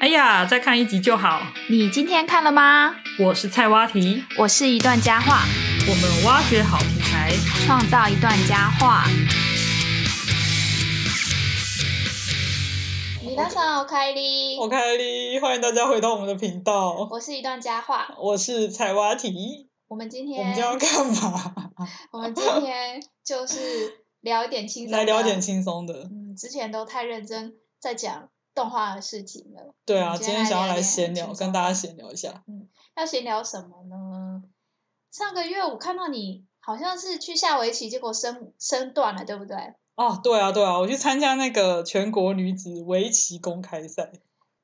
哎呀，再看一集就好。你今天看了吗？我是菜蛙题，我是一段佳话，我们挖掘好题材。创造一段佳话。你那上好开哩，我凯莉，欢迎大家回到我们的频道，我是一段佳话。我是菜蛙题。我们今我们今天天要干 嘛？我们今天就是聊一点轻松的，来聊点轻松的。嗯，之前都太认真在讲动画的事情了。对啊，今今天天想要来聊来点闲聊，轻松跟大家闲聊一下。要先聊什么呢？上个月我看到你好像是去下围棋，结果身身断了，对不对？啊，对啊，对啊，我去参加那个全国女子围棋公开赛。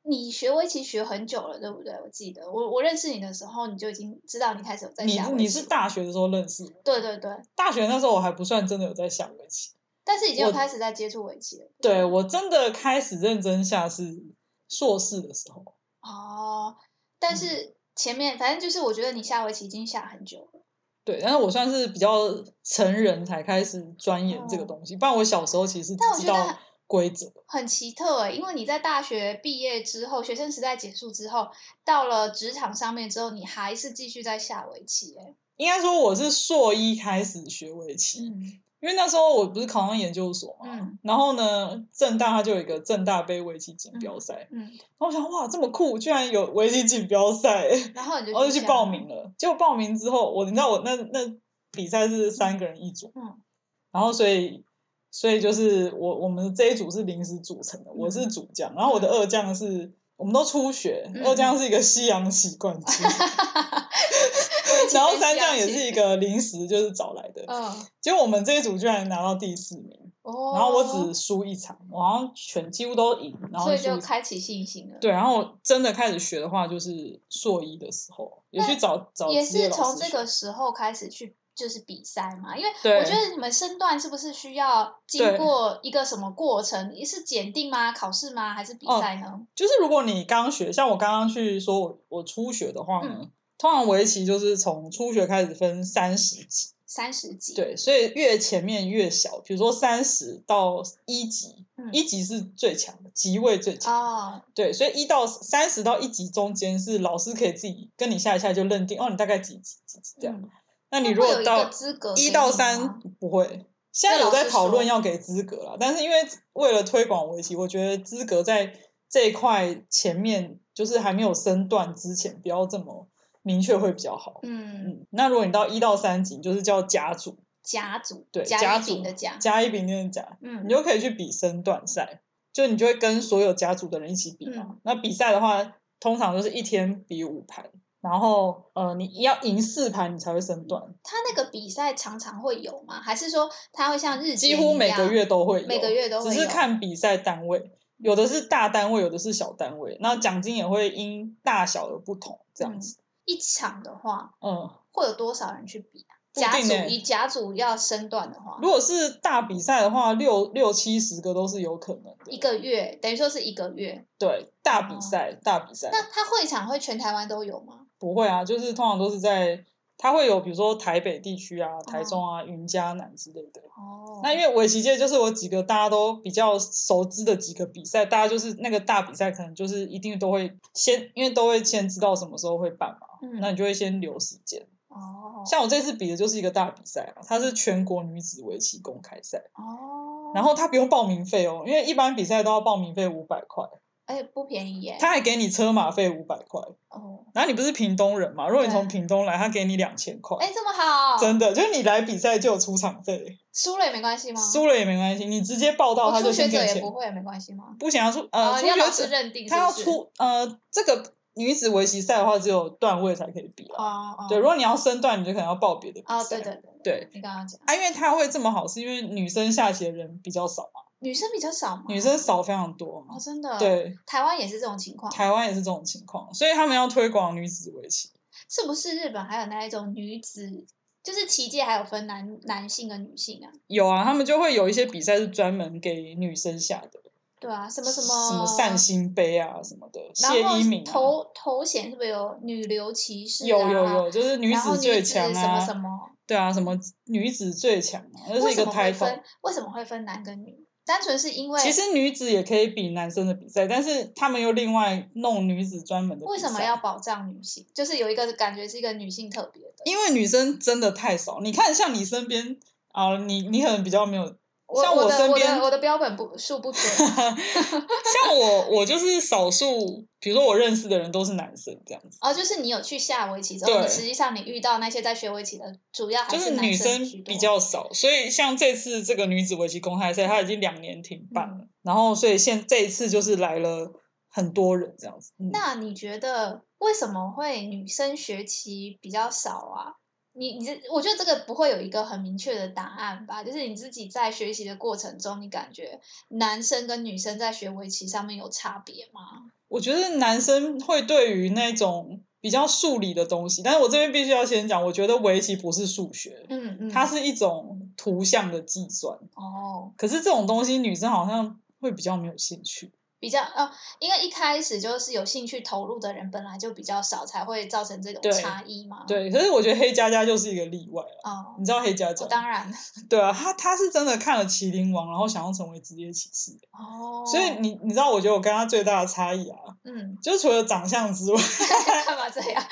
你学围棋学很久了，对不对？我记得我我认识你的时候，你就已经知道你开始有在你下围棋。你是大学的时候认识我，对对对，大学那时候我还不算真的有在下围棋。但是已经有我开始在接触围棋了。对我真的开始认真下是硕士的时候。哦，嗯但是前面反正就是我觉得你下围棋已经下很久了。对，但是我算是比较成人才开始钻研这个哦东西，不然我小时候其实只但我知觉得道规则。很奇特欸诶，因为你在大学毕业之后，学生时代结束之后，到了职场上面之后，你还是继续在下围棋欸诶。应该说我是硕一开始学围棋，嗯，因为那时候我不是考上研究所嘛，嗯然后呢，正大它就有一个正大杯围棋锦标赛，嗯，然后我想哇这么酷，居然有围棋锦标赛，然后你 就然后就去下报了名。了。结果报名之后，我你知道我那那比赛是三个人一组，嗯，然后所以所以就是我我们这一组是临时组成的，我是主将，然后我的二将是。我们都初学，嗯二将是一个西洋棋冠 军，然后三将也是一个临时就是找来的。嗯，结果我们这一组居然拿到第四名，哦，然后我只输一场，我好像全几乎都赢，然后所以输就一场。开启信心了。对，然后我真的开始学的话，就是硕一的时候，也去找找也职业是老从师这学个时候开始去就是比赛嘛，因为对我觉得你们身段是不是需要对经过一个什么过程？是检定吗？考试吗？还是比哦赛呢？就是如果你刚学，像我刚刚去说我我初学的话呢，嗯通常围棋就是从初学开始分三十级，三十级，，对，所以越前面越小，比如说三十到一级，嗯一级是最强的，级位最强，哦，对，所以一到三十到一级中间是老师可以自己跟你下一下就认定，哦，你大概几级几级这样。嗯那你那如会果有一个到资格给一你到吗嗯三不会。现在有在讨论要给资格啦，但是因为为了推广围棋，我觉得资格在这一块前面就是还没有升段之前，不要这么明确会比较好。嗯，嗯，那如果你到一到三级，就是叫甲组，甲组，对，甲甲乙丙组的甲，甲乙丙丁的甲，嗯你，就可以去比升段赛，就你就会跟所有甲组的人一起比嘛。嗯那比赛的话，通常都是一天比五盘，然后呃，你要赢四盘你才会升段，他那个比赛常常会有吗？还是说他会像日几检乎一每个样月都会有，每个月都会只是有嗯看比赛单位，有的是大单位，有的是小单位，那奖金也会因大小而不同，这样子。一场的话，嗯，会有多少人去比啊？不甲定组欸以甲组要升段的话，如果是大比赛的话，六六七十个都是有可能的。一个月，等于说是一个月。对大比赛，大比赛哦那他会场会全台湾都有吗？不会啊，就是通常都是在。它会有，比如说台北地区啊、台中啊、云嘉南之类的。哦那因为围棋界就是我几个大家都比较熟知的几个比赛，大家就是那个大比赛，可能就是一定都会先，因为都会先知道什么时候会办嘛，嗯那你就会先留时间。哦像我这次比的就是一个大比赛啊，它是全国女子围棋公开赛，哦，然后它不用报名费哦，因为一般比赛都要报名费五百块，哎不便宜耶，它还给你车马费五百块。哦然后你不是屏东人嘛，如果你对从屏东来，他给你两千块，哎这么好，真的，就是你来比赛就有出场费，输了也没关系吗？输了也没关系，你直接报到我哦他哦初就学先者给也钱不。会也没关系吗？不想要出呃，哦初要老学师者认定他是要不是出呃，这个女子围棋赛的话，只有段位才可以比啊。哦哦对，如果你要升段，你就可能要报别的比赛。哦对对对对，你刚刚讲啊，因为他会这么好，是因为女生下棋的人比较少嘛，女生比较少嘛，女生少非常多嘛哦。真的，，对，台湾也是这种情况，台湾也是这种情况，所以他们要推广女子围棋。是不是日本还有那一种女子，就是棋界还有分男男性跟女性啊？有啊，他们就会有一些比赛是专门给女生下的，对啊，什么什么什么善心杯啊什么的，然谢后依鸣、啊、头头衔是不是有女流骑士、啊？有有有，就是女然后子最强什么啊，什么？对啊，什么女子最强啊，这是为一什个么会 title。分？为什么会分男跟女？单纯是因为其实女子也可以比男生的比赛，但是他们又另外弄女子专门的比赛。为什么要保障女性？就是有一个感觉是一个女性特别的。因为女生真的太少。你看，像你身边啊，你你可能比较没有。我像我的身我边的我的标本不数 不准，像我，我就是少数，比如说我认识的人都是男生这样子，哦，就是你有去下围棋之后，对你实际上你遇到那些在学围棋的，主要还就是啊男女生生居多比较少，所以像这次这个女子围棋公开赛，它已经两年停办了，嗯然后所以现这一次就是来了很多人这样子。嗯那你觉得为什么会女生学棋比较少啊？你你这，我觉得这个不会有一个很明确的答案吧？就是你自己在学习的过程中，你感觉男生跟女生在学围棋上面有差别吗？我觉得男生会对于那种比较数理的东西，但是我这边必须要先讲，我觉得围棋不是数学，嗯嗯，它是一种图像的计算，哦，可是这种东西女生好像会比较没有兴趣。比较哦，因为一开始就是有兴趣投入的人本来就比较少，才会造成这种对差异嘛。，对，可是我觉得黑佳佳就是一个例外了。哦，你知道黑佳佳我？当然，对啊，她她是真的看了《麒麟王》，然后想要成为职业骑士。哦，所以你你知道，我觉得我跟她最大的差异啊，嗯， 就是除了长相之外， 干嘛这样？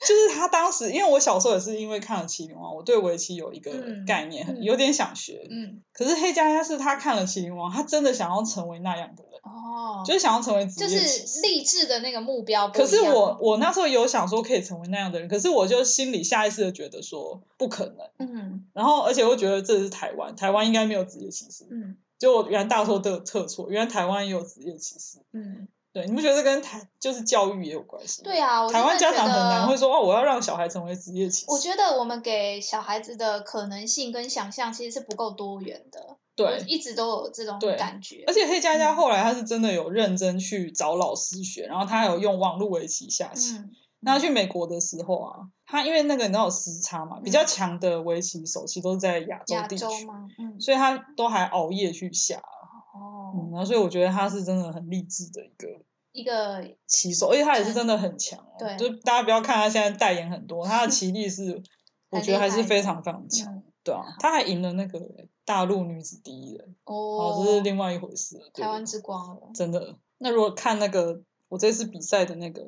就是她当时，因为我小时候也是因为看了《麒麟王》，我对围棋有一个嗯概念，很嗯有点想学。 嗯，可是黑佳佳是她看了《麒麟王》，她真的想要成为那样的人，哦，就是想要成为职就业骑士。是励志的那个目标不一可样。是我我那时候有想说可以成为那样的人，可是我就心里下意识的觉得说不可能。嗯然后而且我觉得这是台湾，台湾应该没有职业歧视。嗯就我原来大错特特错，原来台湾也有职业歧视。嗯，对，你不觉得这跟台就是教育也有关系？、对啊，我台湾真家的觉长很难得会。说哦，我要让小孩成为职业歧我视。觉得我们给小孩子的可能性跟想象其实是不够多元的，我嗯对，一直都有这种对感觉而。且黑佳佳后来她是真的有认真去找老师学，然后她还有用网络围棋下棋。嗯那她去美国的时候啊，她因为那个你知道有时差嘛，比较强的围棋手其实都是在亚洲嗯亚地洲区，吗？嗯，所以她都还熬夜去下。嗯，哦，然后所以我觉得她是真的很励志的一个一个骑手，而且他也是真的很强、哦。对就大家不要看他现在代言很多，他的棋力 是我觉得还是非常非常强。嗯对啊，他还赢了那个大陆女子第一人，哦，这是另外一回事。对台湾之光了。真的，那如果看那个我这次比赛的那个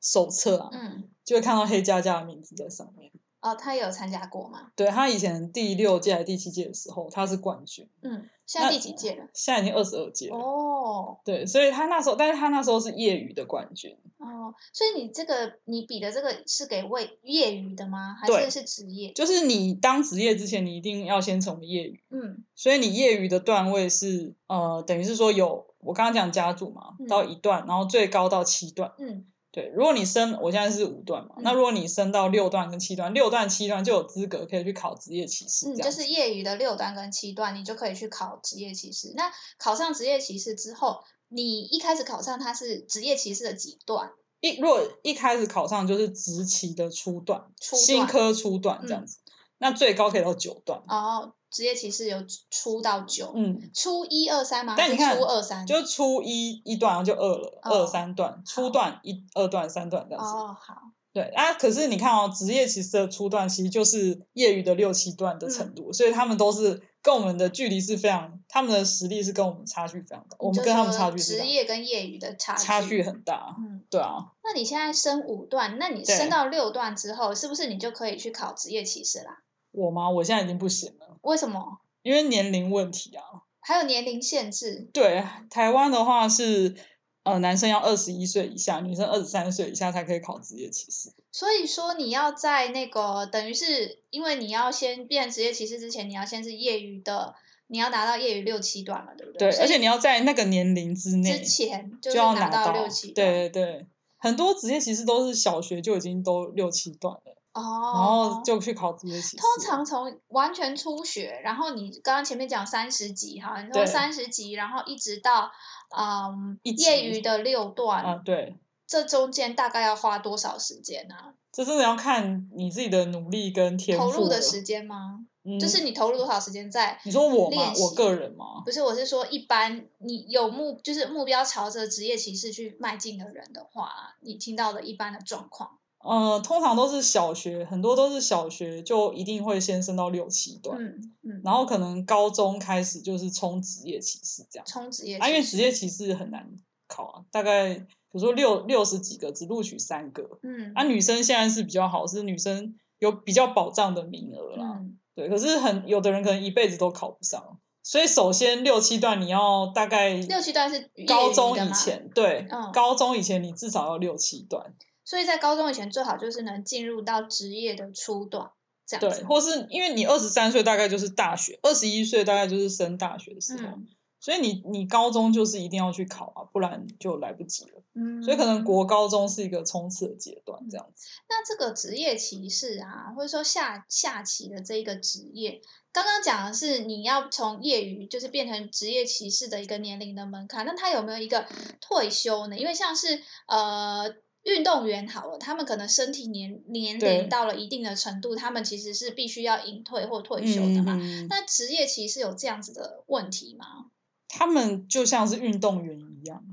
手册啊，嗯，就会看到黑佳佳的名字在上面。哦，他也有参加过嘛？对他以前第六届还是第七届的时候，他是冠军，嗯，现在那第几届了？现在已经二十二届了。哦对，所以他那时候，但是他那时候是业余的冠军，哦，所以你这个你比的这个是给为业余的吗？还对是是职业？就是你当职业之前，你一定要先成为业余。嗯所以你业余的段位是呃，等于是说有我刚刚讲甲组嘛，嗯到一段，然后最高到七段。嗯对，如果你升，我现在是五段嘛，嗯那如果你升到六段跟七段，六段七段就有资格可以去考职业骑士。嗯，这就样是业余的六段跟七段，你就可以去考职业骑士。那考上职业骑士之后，你一开始考上它是职业骑士的几段？一如果一开始考上就是直骑的初段，初段嗯新科初段这样子，那最高可以到九段。哦，职业骑士有初到九，嗯，初一二三吗？但还你是看初二三就初一一段，然后就二了，哦二三段，初段一二段三段这样子。哦，好，对啊，可是你看哦，职业骑士的初段其实就是业余的六七段的嗯程度，所以他们都是跟我们的距离是非常，他们的实力是跟我们差距非常大，我们你就跟他们说差距是职非业跟业余的差常差距很大，嗯，对啊，那你现在升五段，那你对升到六段之后，是不是你就可以去考职业骑士啦？我吗？我现在已经不行了，为什么？因为年龄问题啊。还有年龄限制？对，台湾的话是呃，男生要二十一岁以下，女生二十三岁以下才可以考职业骑士。所以说你要在那个等于是因为你要先变职业骑士之前，你要先是业余的，你要拿到业余六七段嘛，对不对，对？所而以且你要在那个年龄之内之前就就是要到到六七段，对对对，很多职业骑士都是小学就已经都六七段了。哦，然后就去考职业骑士。通常从完全初学，然后你刚刚前面讲三十级哈，你说对三十级，然后一直到嗯一业级余的六段，啊，对，这中间大概要花多少时间啊？这真的要看你自己的努力跟天赋投了。入的时间吗？嗯就是你投入多少时间在？你说我吗练？习我个人吗？不是，我是说，一般你有目就是目标朝着职业骑士去迈进的人的话，你听到的一般的状况，呃，通常都是小学，很多都是小学就一定会先升到六七段，嗯嗯，然后可能高中开始就是冲职业骑士这样。冲职业啊，因为歧视职业骑士很难考啊，大概比如说六六十几个只录取三个。嗯啊，女生现在是比较好，是女生有比较保障的名额啦。嗯对，可是很有的人可能一辈子都考不上，所以首先六七段你要大概六七段是业高余中的以嘛，前，对，嗯高中以前你至少要六七段，所以在高中以前最好就是能进入到职业的初段这样对，子。或是因为你二十三岁大概就是大学，二十一岁大概就是升大学的时候，嗯所以你你高中就是一定要去考啊，不然就来不及了。嗯，所以可能国高中是一个冲刺的阶段，这样子。那这个职业歧视啊，或者说下下棋的这一个职业，刚刚讲的是你要从业余就是变成职业骑士的一个年龄的门槛，那他有没有一个退休呢？因为像是呃。运动员好了，他们可能身体年年对龄到了一定的程度，他们其实是必须要隐退或退休的嗯，嘛。嗯嗯那职业歧视有这样子的问题吗？他们就像是运动员一样，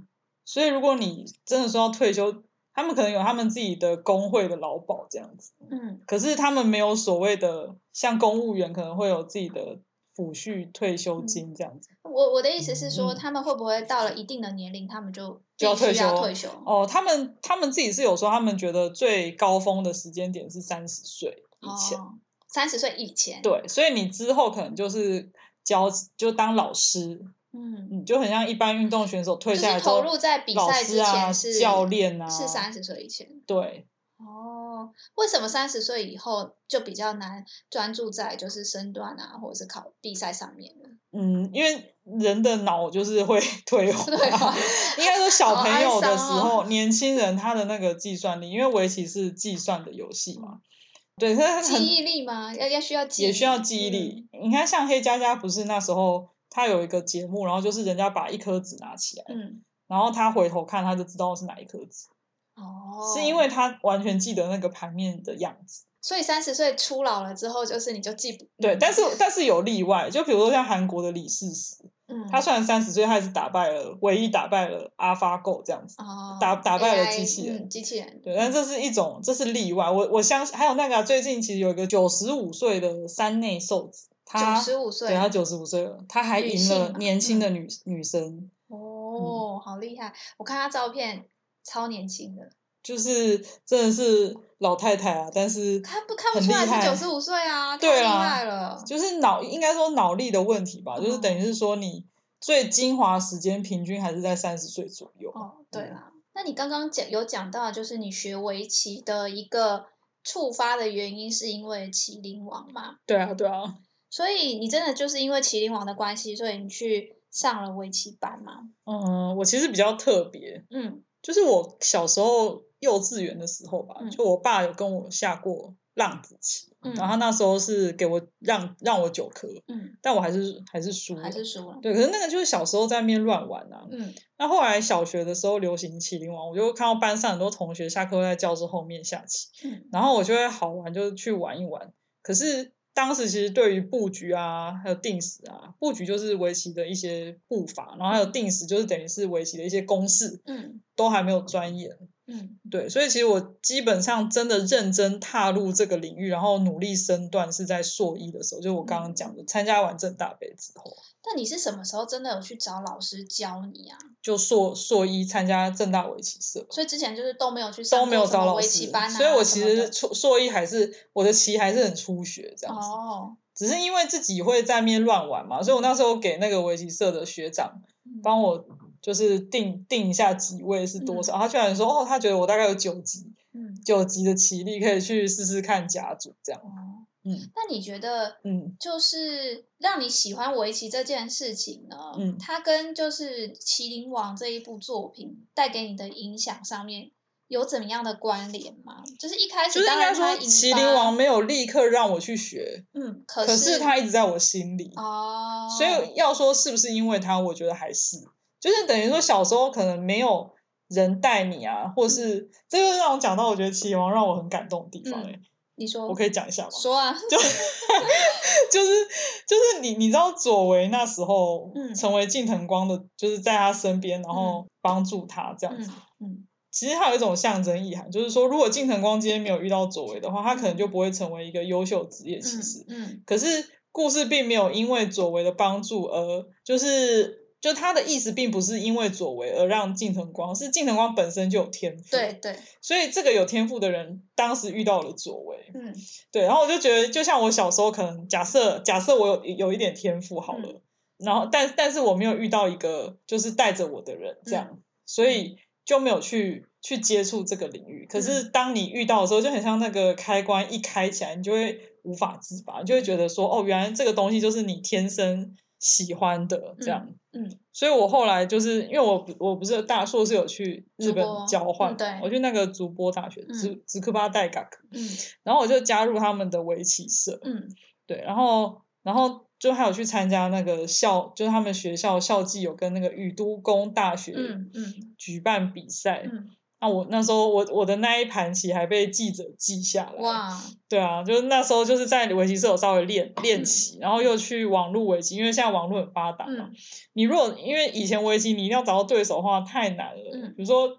所以如果你真的说要退休，他们可能有他们自己的工会的劳保这样子，嗯可是他们没有所谓的像公务员可能会有自己的抚恤退休嗯金这样子。我我的意思是说，嗯他们会不会到了一定的年龄，他们就就要必须退休要退休？哦，他们他们自己是有说，他们觉得最高峰的时间点是三十岁以前，哦三十岁以前，，对，所以你之后可能就是教就当老师，嗯，你就很像一般运动选手退就下来是之后，投入在比老赛师之啊、前是教练啊，是三十岁以前。对，哦，为什么三十岁以后就比较难专注在就是身段啊，或者是考比赛上面呢？嗯，因为人的脑就是会 退化，对吧？应该说小好朋哀友的伤时哦候，年轻人他的那个计算力，因为围棋是计算的游戏嗯嘛，对，他记很忆力吗？要要需要记忆，也需要记忆力。嗯你看，像黑佳佳不是那时候他有一个节目，然后就是人家把一颗纸拿起来，嗯。然后他回头看，他就知道是哪一颗纸，嗯，哦，是因为他完全记得那个盘面的样子。所以三十岁初老了之后，就是你就记不对，嗯但是但是有例外，就比如说像韩国的李世石，嗯，他虽然三十岁，他还是打败了唯一打败了 AlphaGo 这样子。哦打打败了 AI 机器人嗯机器人，对，但这是一种，这是例外。我我相信，还有那个啊、最近其实有一个九十五岁的山内寿子，九她十五岁对，她九十五岁了，她还女赢性啊嗯了嘛年轻的女、女生，哦，好厉害！我看他照片超年轻的，就是真的是老太太啊，但是看不看不很出来厉是害九十五岁啊，太对厉啦害了。就是脑应该说脑力的问题吧，就是等于哦是说你最精华时间平均还是在三十岁左右。哦，对嗯啦，那你刚刚讲有讲到，就是你学围棋的一个触发的原因，是因为《麒麟王》嘛？对啊，对啊，所以你真的就是因为《麒麟王》的关系，所以你去上了围棋班嘛？嗯，我其实比较特别，嗯就是我小时候幼稚园的时候吧，嗯就我爸有跟我下过浪子棋，嗯然后他那时候是给我让让我九颗，嗯，但我还是还是输了还。是输了。对，可是那个就是小时候在那边乱玩啊。嗯那后来小学的时候流行麒麟王，我就看到班上很多同学下课会在教室后面下棋，嗯然后我就会好玩，就去玩一玩。可是当时其实对于布局啊，还有定时啊，布局就是围棋的一些步伐，然后还有定时就是等于是围棋的一些公式，嗯都还没有钻研。嗯对，所以其实我基本上真的认真踏入这个领域，然后努力升段是在硕一的时候，就我刚刚讲的，参加完正大杯之后，那你是什么时候真的有去找老师教你啊？就硕硕一参加正大围棋社，所以之前就是都没有去上都过没有什找么老围师棋，班啊，所以我其什么实的硕硕一还是我的棋还是很初学这样子，哦，只是因为自己会在面乱玩嘛，所以我那时候给那个围棋社的学长嗯帮我就是定定一下几位是多少，他居然说哦，他觉得我大概有九级嗯九级的棋力可以去试试看甲组这样，哦，嗯。那你觉得嗯，就是让你喜欢围棋这件事情呢？嗯它跟就是《麒麟王》这一部作品带给你的影响上面有怎么样的关联吗？就是一开始就是应当该然说它《引麒发麟王》，没有立刻让我去学，嗯，可可是是它一直在我心里。哦，所以要说是不是因为它，我觉得还是，就是等于说小时候可能没有人带你啊，或是这就让我讲到我觉得《麒麟王》让我很感动的地方、欸。你说我可以讲一下吗？嗯说啊，就是就是你你知道左为那时候嗯成为近藤光的，就是在他身边，然后帮助他这样子。嗯嗯其实它有一种象征意涵，就是说，如果近藤光今天没有遇到佐为的话，他可能就不会成为一个优秀职业骑士。嗯可是故事并没有因为佐为的帮助而，就是就他的意思，并不是因为佐为而让近藤光，是近藤光本身就有天赋。对，对，所以这个有天赋的人当时遇到了佐为，嗯对，然后我就觉得，就像我小时候可能假设假设我有有一点天赋好了，嗯然后但但是我没有遇到一个就是带着我的人这样，嗯所以就没有去。去接触这个领域，可嗯是当你遇到的时候，就很像那个开关一开起来，你就会无法自拔，你就会觉得说，哦，原来这个东西就是你天生喜欢的这样。嗯，所以我后来就是因为我不我不是大硕是有去日本筑波交换嘛、嗯对我去那个筑波大学，嗯竹竹科巴代嘎克，嗯然后我就加入他们的围棋社，嗯对，然后然后就还有去参加那个校，就是他们学校校际有跟那个宇都宫大学嗯嗯举办比赛，嗯，那我那时候我我的那一盘棋还被记者记下来，哇，对啊，就是那时候就是在围棋社有稍微练嗯练棋，然后又去网络围棋，因为现在网络很发达嘛，嗯你如果因为以前围棋，你一定要找到对手的话太难了，嗯比如说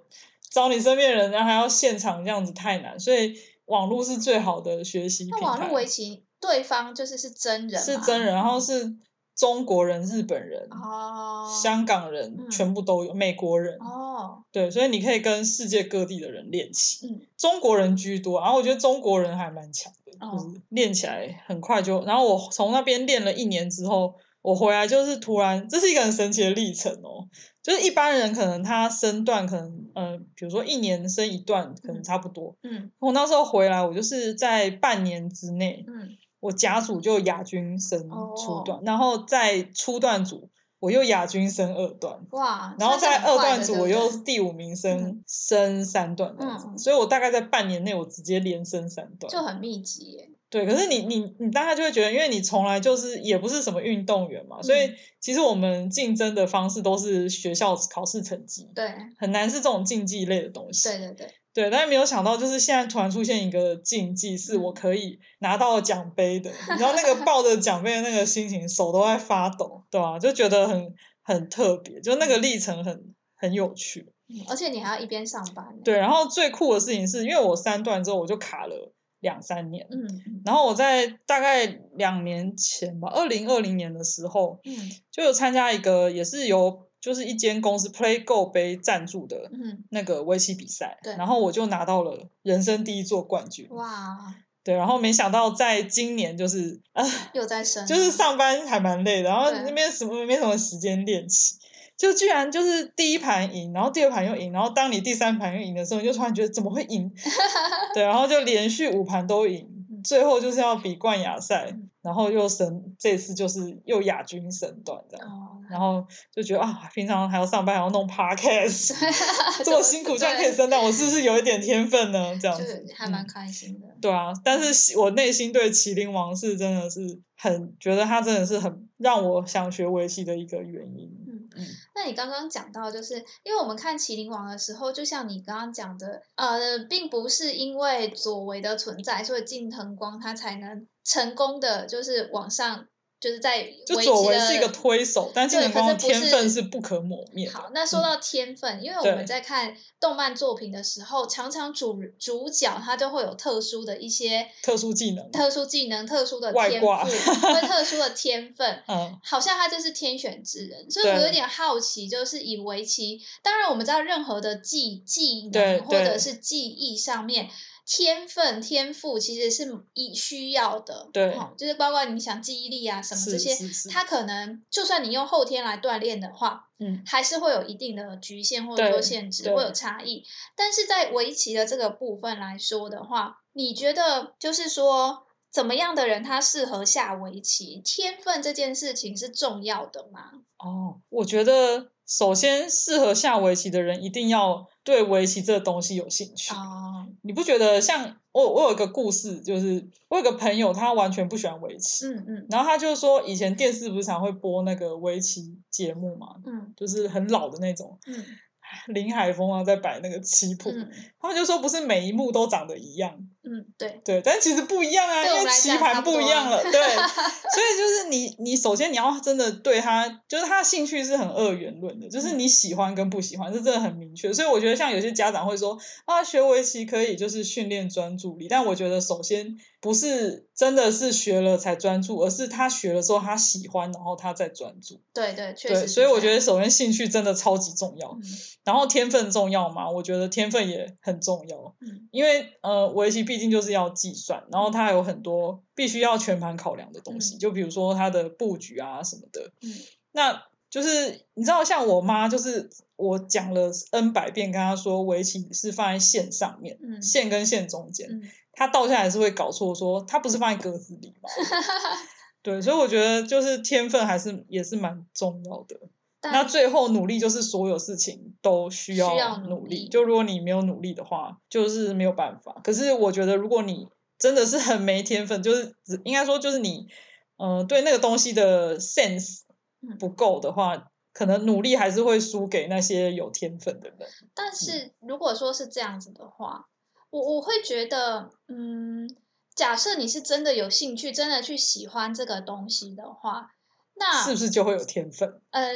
找你身边的人，然后还要现场这样子太难，所以网络是最好的学习平那台。网络围棋对方就是是真人吗，是真人，然啊后是中国人、日本人、哦，香港人，嗯全部都有，美国人，哦，对，所以你可以跟世界各地的人练习。嗯中国人居多，然后我觉得中国人还蛮强的，哦就是练起来很快就。然后我从那边练了一年之后，我回来就是突然，这是一个很神奇的历程哦。就是一般人可能他升段可能，呃，比如说一年升一段，可能差不多。嗯我那时候回来，我就是在半年之内，嗯我甲组就亚军升哦初段，然后在初段组我又亚军升二段，哇，然后算在是很二快段的组对不我对又第五名升升三段这样子嗯所以我大概在半年内我直接连升三段。就很密集耶，对，可是你你你当下就会觉得，因为你从来就是也不是什么运动员嘛，所嗯以其实我们竞争的方式都是学校考试成绩，对很难是这种竞技类的东西。对对对，对，但是没有想到，就是现在突然出现一个竞技，是嗯我可以拿到奖杯的。你知道那 个抱着奖杯的那个心情，手都在发抖，对啊？就觉得很很特别，就那个历程很很有趣。嗯而且你还要一边上班，，对，然后最酷的事情是，因为我三段之后我就卡了两三年，嗯嗯然后我在大概两年前吧，二零二零年的时候，嗯就有参加一个也是由就是一间公司 Play Go 杯赞助的嗯，那个围棋比赛，对然后我就拿到了人生第一座冠军，哇，对，然后没想到在今年就是呃，又在升，就是上班还蛮累的，然后嗯对那边什么没什么时间练习，就居然就是第一盘赢，然后第二盘又赢，然后当你第三盘又赢的时候，你就突然觉得怎么会 赢？对，然后就连续五盘都赢嗯，最后就是要比冠亚赛嗯，然后又神这次就是又亚军身段这样。哦，然后就觉得啊，平常还要上班，还要弄 podcast，这么辛苦，对这样可以升到，我是不是有一点天分呢？这样就子，是还蛮开心的，对啊。但是喜我内心对麒麟王是真的是很觉得他真的是很让我想学围棋的一个原因。嗯嗯，那你刚刚讲到，就是因为我们看《麒麟王》的时候，就像你刚刚讲的，呃，并不是因为左为的存在，所以近藤光他才能成功的，就是往上，就是在就围左棋为的是一个推手，但对近藤可是光的不天是分是不可磨灭的。好，那说到天分，因为我嗯对们在看动漫作品的时候，常常主主角他都会有特殊的一些特殊技 能特殊技能、特殊的外天赋，挂会 特殊的天分。嗯，好像他就是天选之人，所以对我有点好奇，就是以围棋，当然我们知道任何的技技对能或者对是技艺上面，天分天赋其实是一需要的，对哦就是包括你想记忆力啊什么这是些，是是，它可能就算你用后天来锻炼的话，嗯还是会有一定的局限或者说对限制，对会有差异。但是在围棋的这个部分来说的话，你觉得就是说，怎么样的人他适合下围棋？天分这件事情是重要的吗？哦，我觉得首先适合下围棋的人一定要对围棋这东西有兴趣。哦，你不觉得像我？我有一个故事，就是我有个朋友，他完全不喜欢围棋，嗯嗯然后他就说，以前电视不是常会播那个围棋节目嘛，嗯就是很老的那 种，嗯林海峰啊在摆那个棋谱，嗯，他们就说不是每一幕都长得一样，嗯，对，对，但其实不一样啊，对我因们为来棋讲差盘不不多啊一样了， 对，所以就是你，你首先你要真的对他，就是他的兴趣是很二元论的，嗯就是你喜欢跟不喜欢，这真的很明确。所以我觉得像有些家长会说啊，学围棋可以就是训练专注力，但我觉得首先不是真的是学了才专注，而是他学了之后他喜欢，然后他再专注。对对，确对，实是所以这我觉样得首先兴趣真的超级重要，嗯然后天分重要吗？我觉得天分也很重要。嗯因为呃，围棋毕竟就是要计算，然后它有很多必须要全盘考量的东西，嗯就比如说它的布局啊什么的。嗯那就是你知道，像我妈，就是我讲了 N 百遍，跟她说围棋是放在线上面，嗯线跟线中间，嗯，她倒下来是会搞错说，她不是放在格子里 吗？对，所以我觉得就是天分还是也是蛮重要的。但那最后努力就是所有事情都需需要要努力。努力就如果你没有努力的话，就是没有办法。可是我觉得，如果你真的是很没天分，就是只应该说就是你，呃，对那个东西的 sense 嗯不够的话，可能努力还是会输给那些有天分的人。但是如果说是这样子的话，我我会觉得，嗯，假设你是真的有兴趣，真的去喜欢这个东西的话，那是不是就会有天分？呃，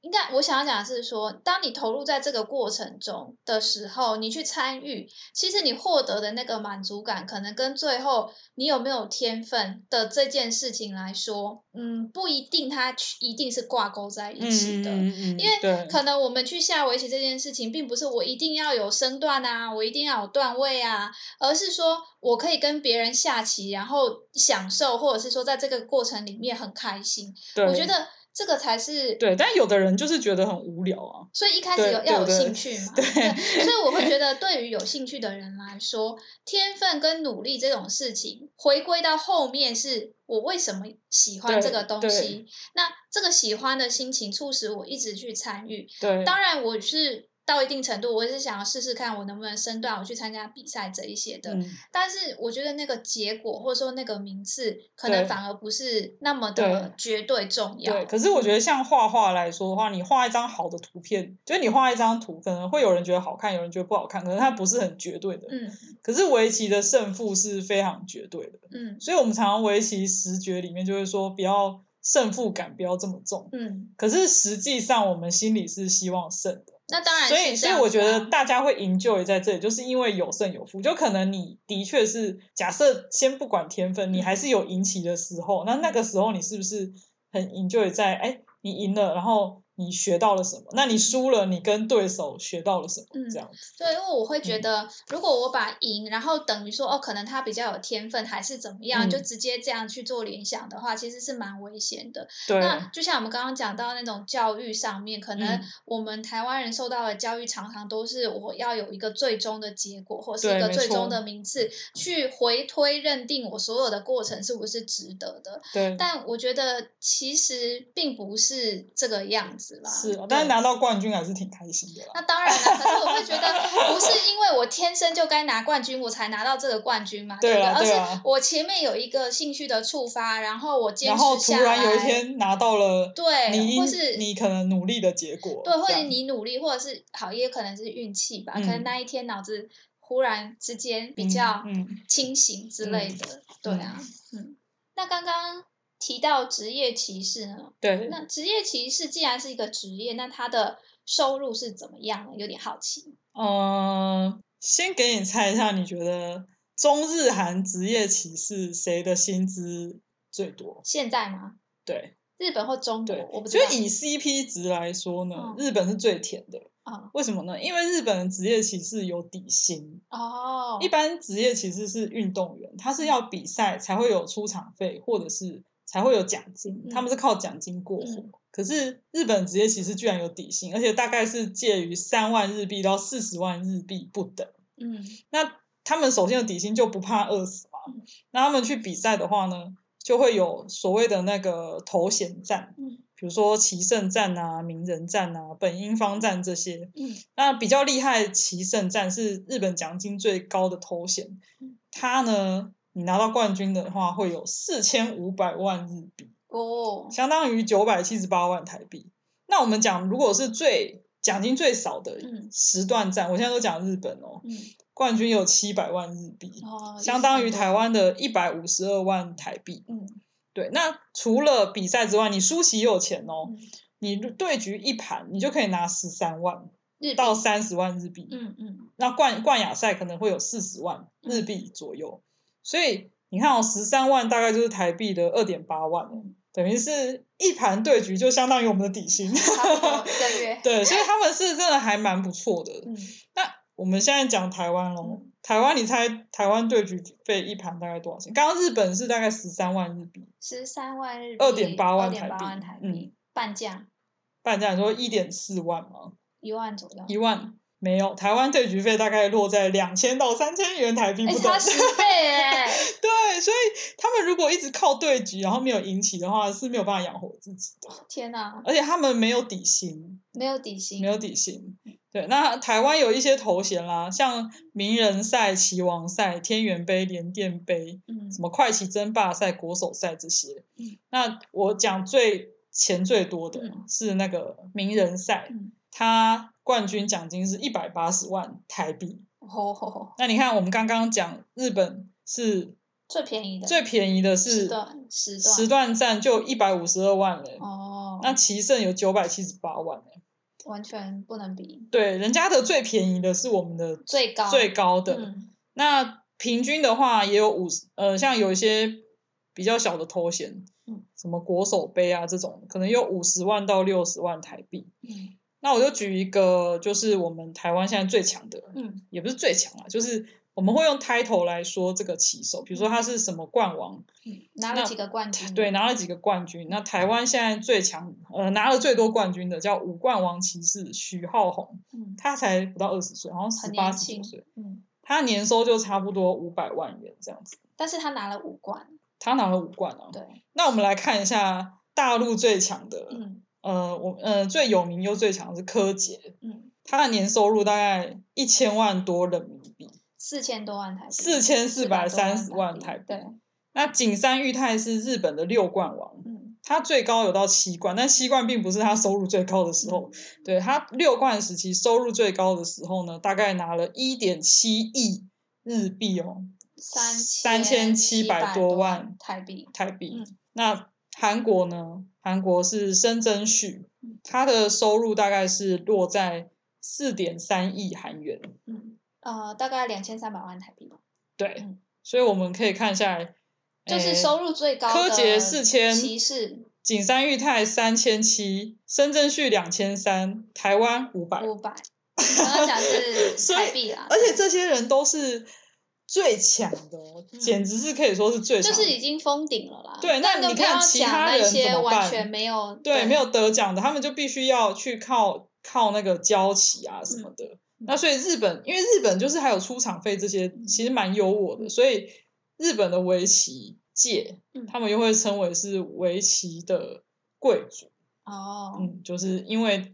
应该我想要讲的是说，当你投入在这个过程中的时候，你去参与，其实你获得的那个满足感，可能跟最后你有没有天分的这件事情来说，嗯，不一定它去一定是挂钩在一起的。嗯因为对，可能我们去下围棋这件事情，并不是我一定要有身段啊，我一定要有段位啊，而是说我可以跟别人下棋，然后享受，或者是说在这个过程里面很开心。对我觉得这个才是，对，但有的人就是觉得很无聊啊。所以一开始对有对要有对兴趣嘛。对 所以我会觉得，对于有兴趣的人来说，天分跟努力这种事情，回归到后面是我为什么喜欢对这个东对西，那这个喜欢的心情促使我一直去参与。对，当然，我是到一定程度，我也是想要试试看我能不能升段，我去参加比赛这一些的。嗯，但是我觉得那个结果或者说那个名次，可对能反而不是那么的对绝对重要。对，可是我觉得像画画来说的话，你画一张好的图片，就是你画一张图，可能会有人觉得好看，有人觉得不好看，可能它不是很绝对的。嗯可是围棋的胜负是非常绝对的，嗯所以我们常常围棋十决里面就会说，不要胜负感不要这么重。嗯，可是实际上我们心里是希望胜的，那当然所以是这所以样子啊、我觉得大家会 enjoy 在这里，就是因为有胜有负。就可能你的确是假设先不管天分，嗯你还是有赢棋的时候，那那个时候你是不是很 enjoy 在哎你赢了，然后你学到了什么？那你输了，你跟对手学到了什么？嗯这样子，对，因为我会觉嗯得，如果我把赢，然后等于说哦，可能他比较有天分，还是怎么样，嗯就直接这样去做联想的话，其实是蛮危险的。对啊那就像我们刚刚讲到那种教育上面，可能嗯我们台湾人受到的教育常常都是我要有一个最终的结果，或是对一个没最终错的名次，去回推认定我所有的过程是不是值得的。对。但我觉得其实并不是这个样子啦。是啊对，但是拿到冠军还是挺开心的啦。那当然了，可是我会觉得不是因为我天生就该拿冠军，我才拿到这个冠军嘛，对不对？啦而对啊啦是我前面有一个兴趣的触发，然后我坚然后突持下来，然有一天拿到了，对你或因是你可能努力的结果，对，或这者样你努力，或者是好，也可能是运气吧，嗯可能那一天脑子忽然之间比较嗯嗯清醒之类的，对啊，嗯。那刚刚提到职业歧视呢？对，那职业歧视既然是一个职业，那他的收入是怎么样呢？有点好奇。嗯，先给你猜一下，你觉得中日韩职业歧视谁的薪资最多？现在吗？对日本或中国对，，我不知觉道。得以 CP 值来说呢，嗯日本是最甜的。啊为什么呢？因为日本的职业歧视有底薪，哦，一般职业歧视是运动员，他是嗯要比赛才会有出场费，或者是才会有奖金，他们是靠奖金过活。嗯可是日本职业歧视居然有底薪，而且大概是介于三万日币到四十万日币不等。嗯那他们首先的底薪就不怕饿死嘛。那他们去比赛的话呢，就会有所谓的那个头衔战，嗯比如说棋圣战啊、名人战啊、本因坊战这些。嗯那比较厉害的棋圣战是日本奖金最高的头衔嗯，它呢，你拿到冠军的话会有四千五百万日币，哦，相当于九百七十八万台币。那我们讲，如果是最奖金最少的嗯时段战，我现在都讲日本哦，嗯，冠军有七百万日币，哦，相当于也是台湾的一百五十二万台币。很多，对，那除了比赛之外，你输棋也有钱哦，嗯嗯，你对局一盘，你就可以拿十三万日到币，三十万日币。嗯嗯那冠冠亚赛可能会有四十万日币左右，所以你看哦，十三万大概就是台币的二点八万哦，嗯，等于是一盘对局就相当于我们的底薪。差不多一个月， 对，所以他们是真的还蛮不错的。嗯，那我们现在讲台湾喽嗯，台湾你猜台湾对局费一盘大概多少钱？刚刚日本是大概十三万日币，十三万日币， 2.8万2.8台币嗯万台币，半价半价你说一点四万吗？一万左右，一万没有，台湾对局费大概落在两千到三千元台币哎不，等差。十倍哎， 对，所以他们如果一直靠对局，然后没有赢起的话，是没有办法养活自己的。天哪，而且他们没有底薪，没有底薪，没有底薪。对，那台湾有一些头衔啦，像名人赛、棋王赛、天元杯、联电杯，嗯什么快棋争霸赛、国手赛这些。嗯那我讲最钱最多的嗯是那个名人赛，嗯，它冠军奖金是一百八十万台币。哦，那你看，我们刚刚讲日本是最便宜的，最便宜的时是段时段时段战就一百五十二万嘞、哦，那棋圣有九百七十八万嘞、完全不能比，对，人家的最便宜的是我们的最高最高的。嗯那平均的话也有五十，呃，像有一些比较小的头衔，嗯什么国手杯啊这种，可能有五十万到六十万台币。嗯那我就举一个，就是我们台湾现在最强的，嗯也不是最强啦，啊就是我们会用 title 来说这个棋手，比如说他是什么冠王，嗯，拿了那几个冠 军，对，，拿了几个冠军。那台湾现在最强，呃，拿了最多冠军的叫五冠王骑士徐浩宏，嗯他才不到二十岁，好像十很八年十九轻岁，，嗯，他年收就差不多五百万元这样子。但是他拿了五冠，他拿了五冠啊。对，那我们来看一下大陆最强的，嗯呃，我呃最有名又最强的是柯洁，嗯，他的年收入大概一千万多人民币，四千多万台币，四千四百三十万台台币。对，那景山裕太是日本的六冠王，嗯他最高有到七冠，但七冠并不是他收入最高的时候。 对他六冠时期收入最高的时候呢，大概拿了一点七亿日币哦，三三千千七百多多万台币，台币。嗯那韩国呢？韩国是申真旭嗯，他的收入大概是落在四点三亿韩元。嗯呃，大概两千三百万台币吧，对，嗯所以我们可以看下来，就是诶收入最高柯的洁4000骑士景山裕泰三千七，申真旭两千三，台湾五百。五百，刚刚讲是所以台币啦，而且这些人都是最强的哦，嗯简直是可以说是最强就的。是已经封顶了啦。对那那都你不要看其他讲那人怎些么完办全没有对，没有得奖的，他们就必须要去靠靠那个交期嗯啊什么的。那所以日本，因为日本就是还有出场费这些，嗯其实蛮优渥的，所以日本的围棋界，嗯他们又会称为是围棋的贵族。哦，嗯，就是因为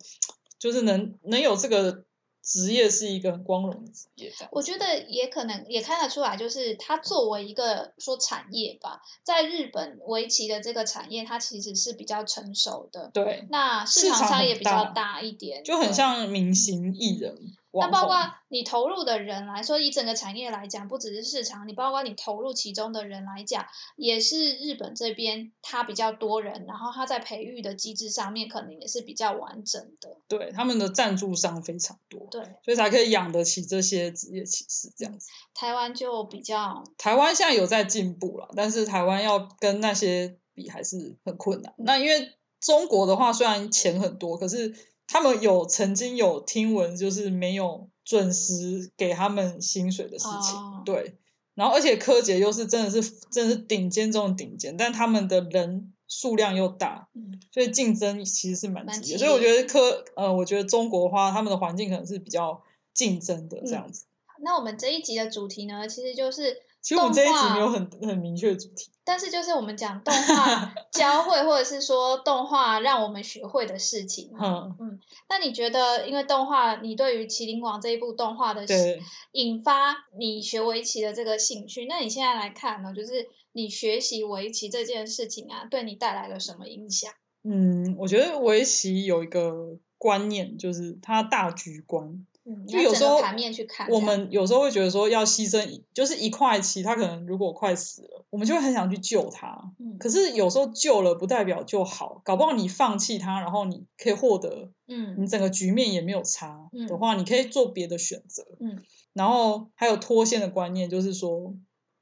就是能能有这个职业是一个很光荣的职业，这样我觉得也可能也看得出来，就是它作为一个说产业吧，在日本围棋的这个产业，它其实是比较成熟的，对，那市市场场上很也比较大大一点，就很对。像明星艺人。嗯那网包红括你投入的人来说，以整个产业来讲，不只是市场，你包括你投入其中的人来讲，也是日本这边它比较多人，然后它在培育的机制上面可能也是比较完整的。对他们的赞助商非常多，对，所以才可以养得起这些职业骑士这样子。台湾就比较，台湾现在有在进步了，但是台湾要跟那些比还是很困难。那因为中国的话，虽然钱很多，可是他们有曾经有听闻，就是没有准时给他们薪水的事情。哦对，然后而且柯洁又是真的是真的是顶尖中的顶尖，但他们的人数量又大，嗯所以竞争其实是蛮蛮激烈。激所以我烈觉得柯呃，我觉得中国的话，他们的环境可能是比较竞争的这样嗯子。那我们这一集的主题呢，其实就是其实我们这一集没有动画很很明确的主题。但是就是我们讲动画 教会，或者是说动画让我们学会的事情。嗯，那你觉得，因为动画，你对于《麒麟王》这一部动画的对，引发你学围棋的这个兴趣，那你现在来看呢，就是你学习围棋这件事情啊，对你带来了什么影响？嗯，我觉得围棋有一个观念，就是他大局观。嗯，就要有整时个候盘面去看这我样，们有时候会觉得说要牺牲一，就是一块七，他可能如果快死了，我们就会很想去救他。嗯可是有时候救了不代表就好，搞不好你放弃他，然后你可以获得你嗯整个局面也没有差嗯的话，你可以做别的选择。嗯，然后还有脱线的观念，就是说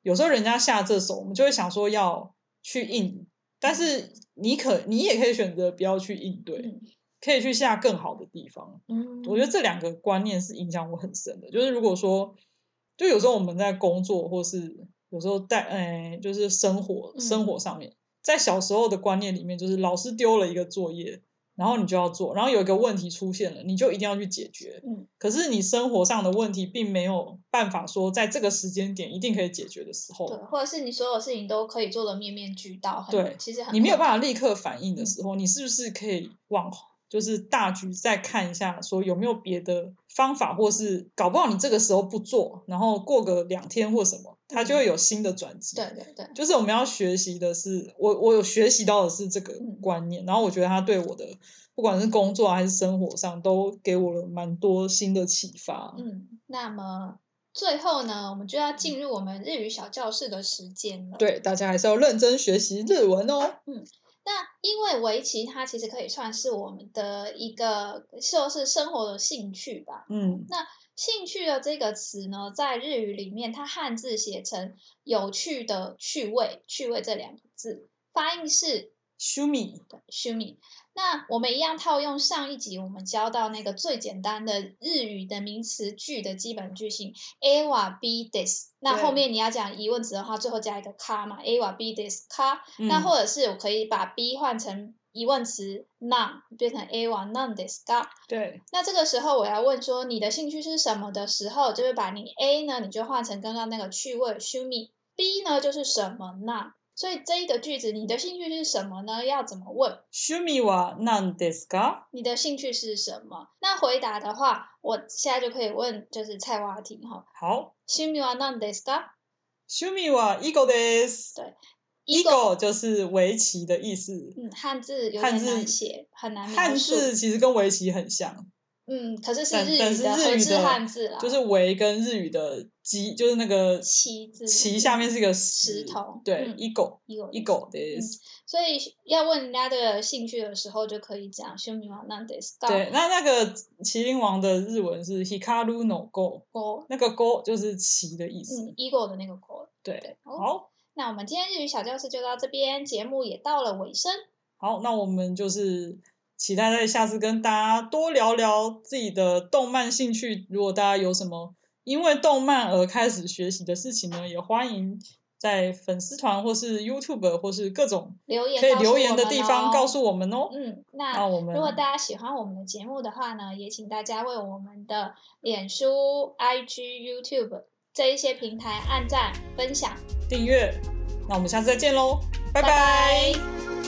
有时候人家下这手，我们就会想说要去应，但是你可你也可以选择不要去应对，嗯可以去下更好的地方。嗯，我觉得这两个观念是影响我很深的。就是如果说，就有时候我们在工作，或是有时候在哎、就是生活嗯生活上面，在小时候的观念里面，就是老师丢了一个作业，然后你就要做，然后有一个问题出现了，你就一定要去解决。嗯可是你生活上的问题并没有办法说在这个时间点一定可以解决的时对，候，或者是你所有事情都可以做的面面俱到，很对其实很你没有困办法立刻反应的时候，你是不是可以往就是大局再看一下，说有没有别的方法，或是搞不好你这个时候不做，然后过个两天或什么，它就会有新的转机。难，对对对，就是我们要学习的是，我我有学习到的是这个嗯观念，然后我觉得它对我的不管是工作还是生活上，都给我了蛮多新的启发。嗯，那么最后呢，我们就要进入我们日语小教室的时间了。，对，大家还是要认真学习日文哦。那因为围棋它其实可以算是我们的一个就是生活的兴趣吧。嗯，兴趣的这个词呢，在日语里面，它汉字写成“有趣的趣味”，趣味这两个字，发音是修米， Shumi。那我们一样套用上一集我们教到那个最简单的日语的名词句的基本句型，a wa b this。那对后面你要讲疑问词的话，最后加一个 ka 嘛，a wa b this ka。嗯那或者是我可以把 b 换成疑问词 none，变成 a wa none this ka。对，那这个时候我要问说你的兴趣是什么的时候，就会把你 A 呢，你就换成刚刚那个趣味 shumi。B 呢就是什么呢？所以这一个句子，你的兴趣是什么呢？要怎么问？趣味は何ですか？你的兴趣是什么？那回答的话，我现在就可以问，就是菜蛙亭哈，好，趣味は何ですか？趣味は囲碁です。对，囲碁就是围棋的意思。嗯，汉字有汉点字难写，很难汉描述。字其实跟围棋很像，嗯，可是是但但日是语的日合语字的汉字啦，就是围跟日语的棋，就是那个啊棋字棋下面是一个石头对嗯，囲碁一个囲碁嗯です。所以要问人家的兴趣的时候，就可以讲趣味は何ですか？对，那那个麒麟王的日文是 hikaru no go，国，那个 go 就是棋的意思嗯。，ego 的那个国。对对，，哦，好那我们今天日语小教室就到这边，节目也到了尾声。好，那我们就是期待在下次跟大家多聊聊自己的动漫兴趣。如果大家有什么因为动漫而开始学习的事情呢，也欢迎在粉丝团或是 YouTube 或是各种留言可以告诉留我言的们地方哦告诉我们哦。嗯，那那我们如果大家喜欢我们的节目的话呢，也请大家为我们的脸书、IG、YouTube 这一些平台按赞、分享。订阅，那我们下次再见喽，拜拜拜拜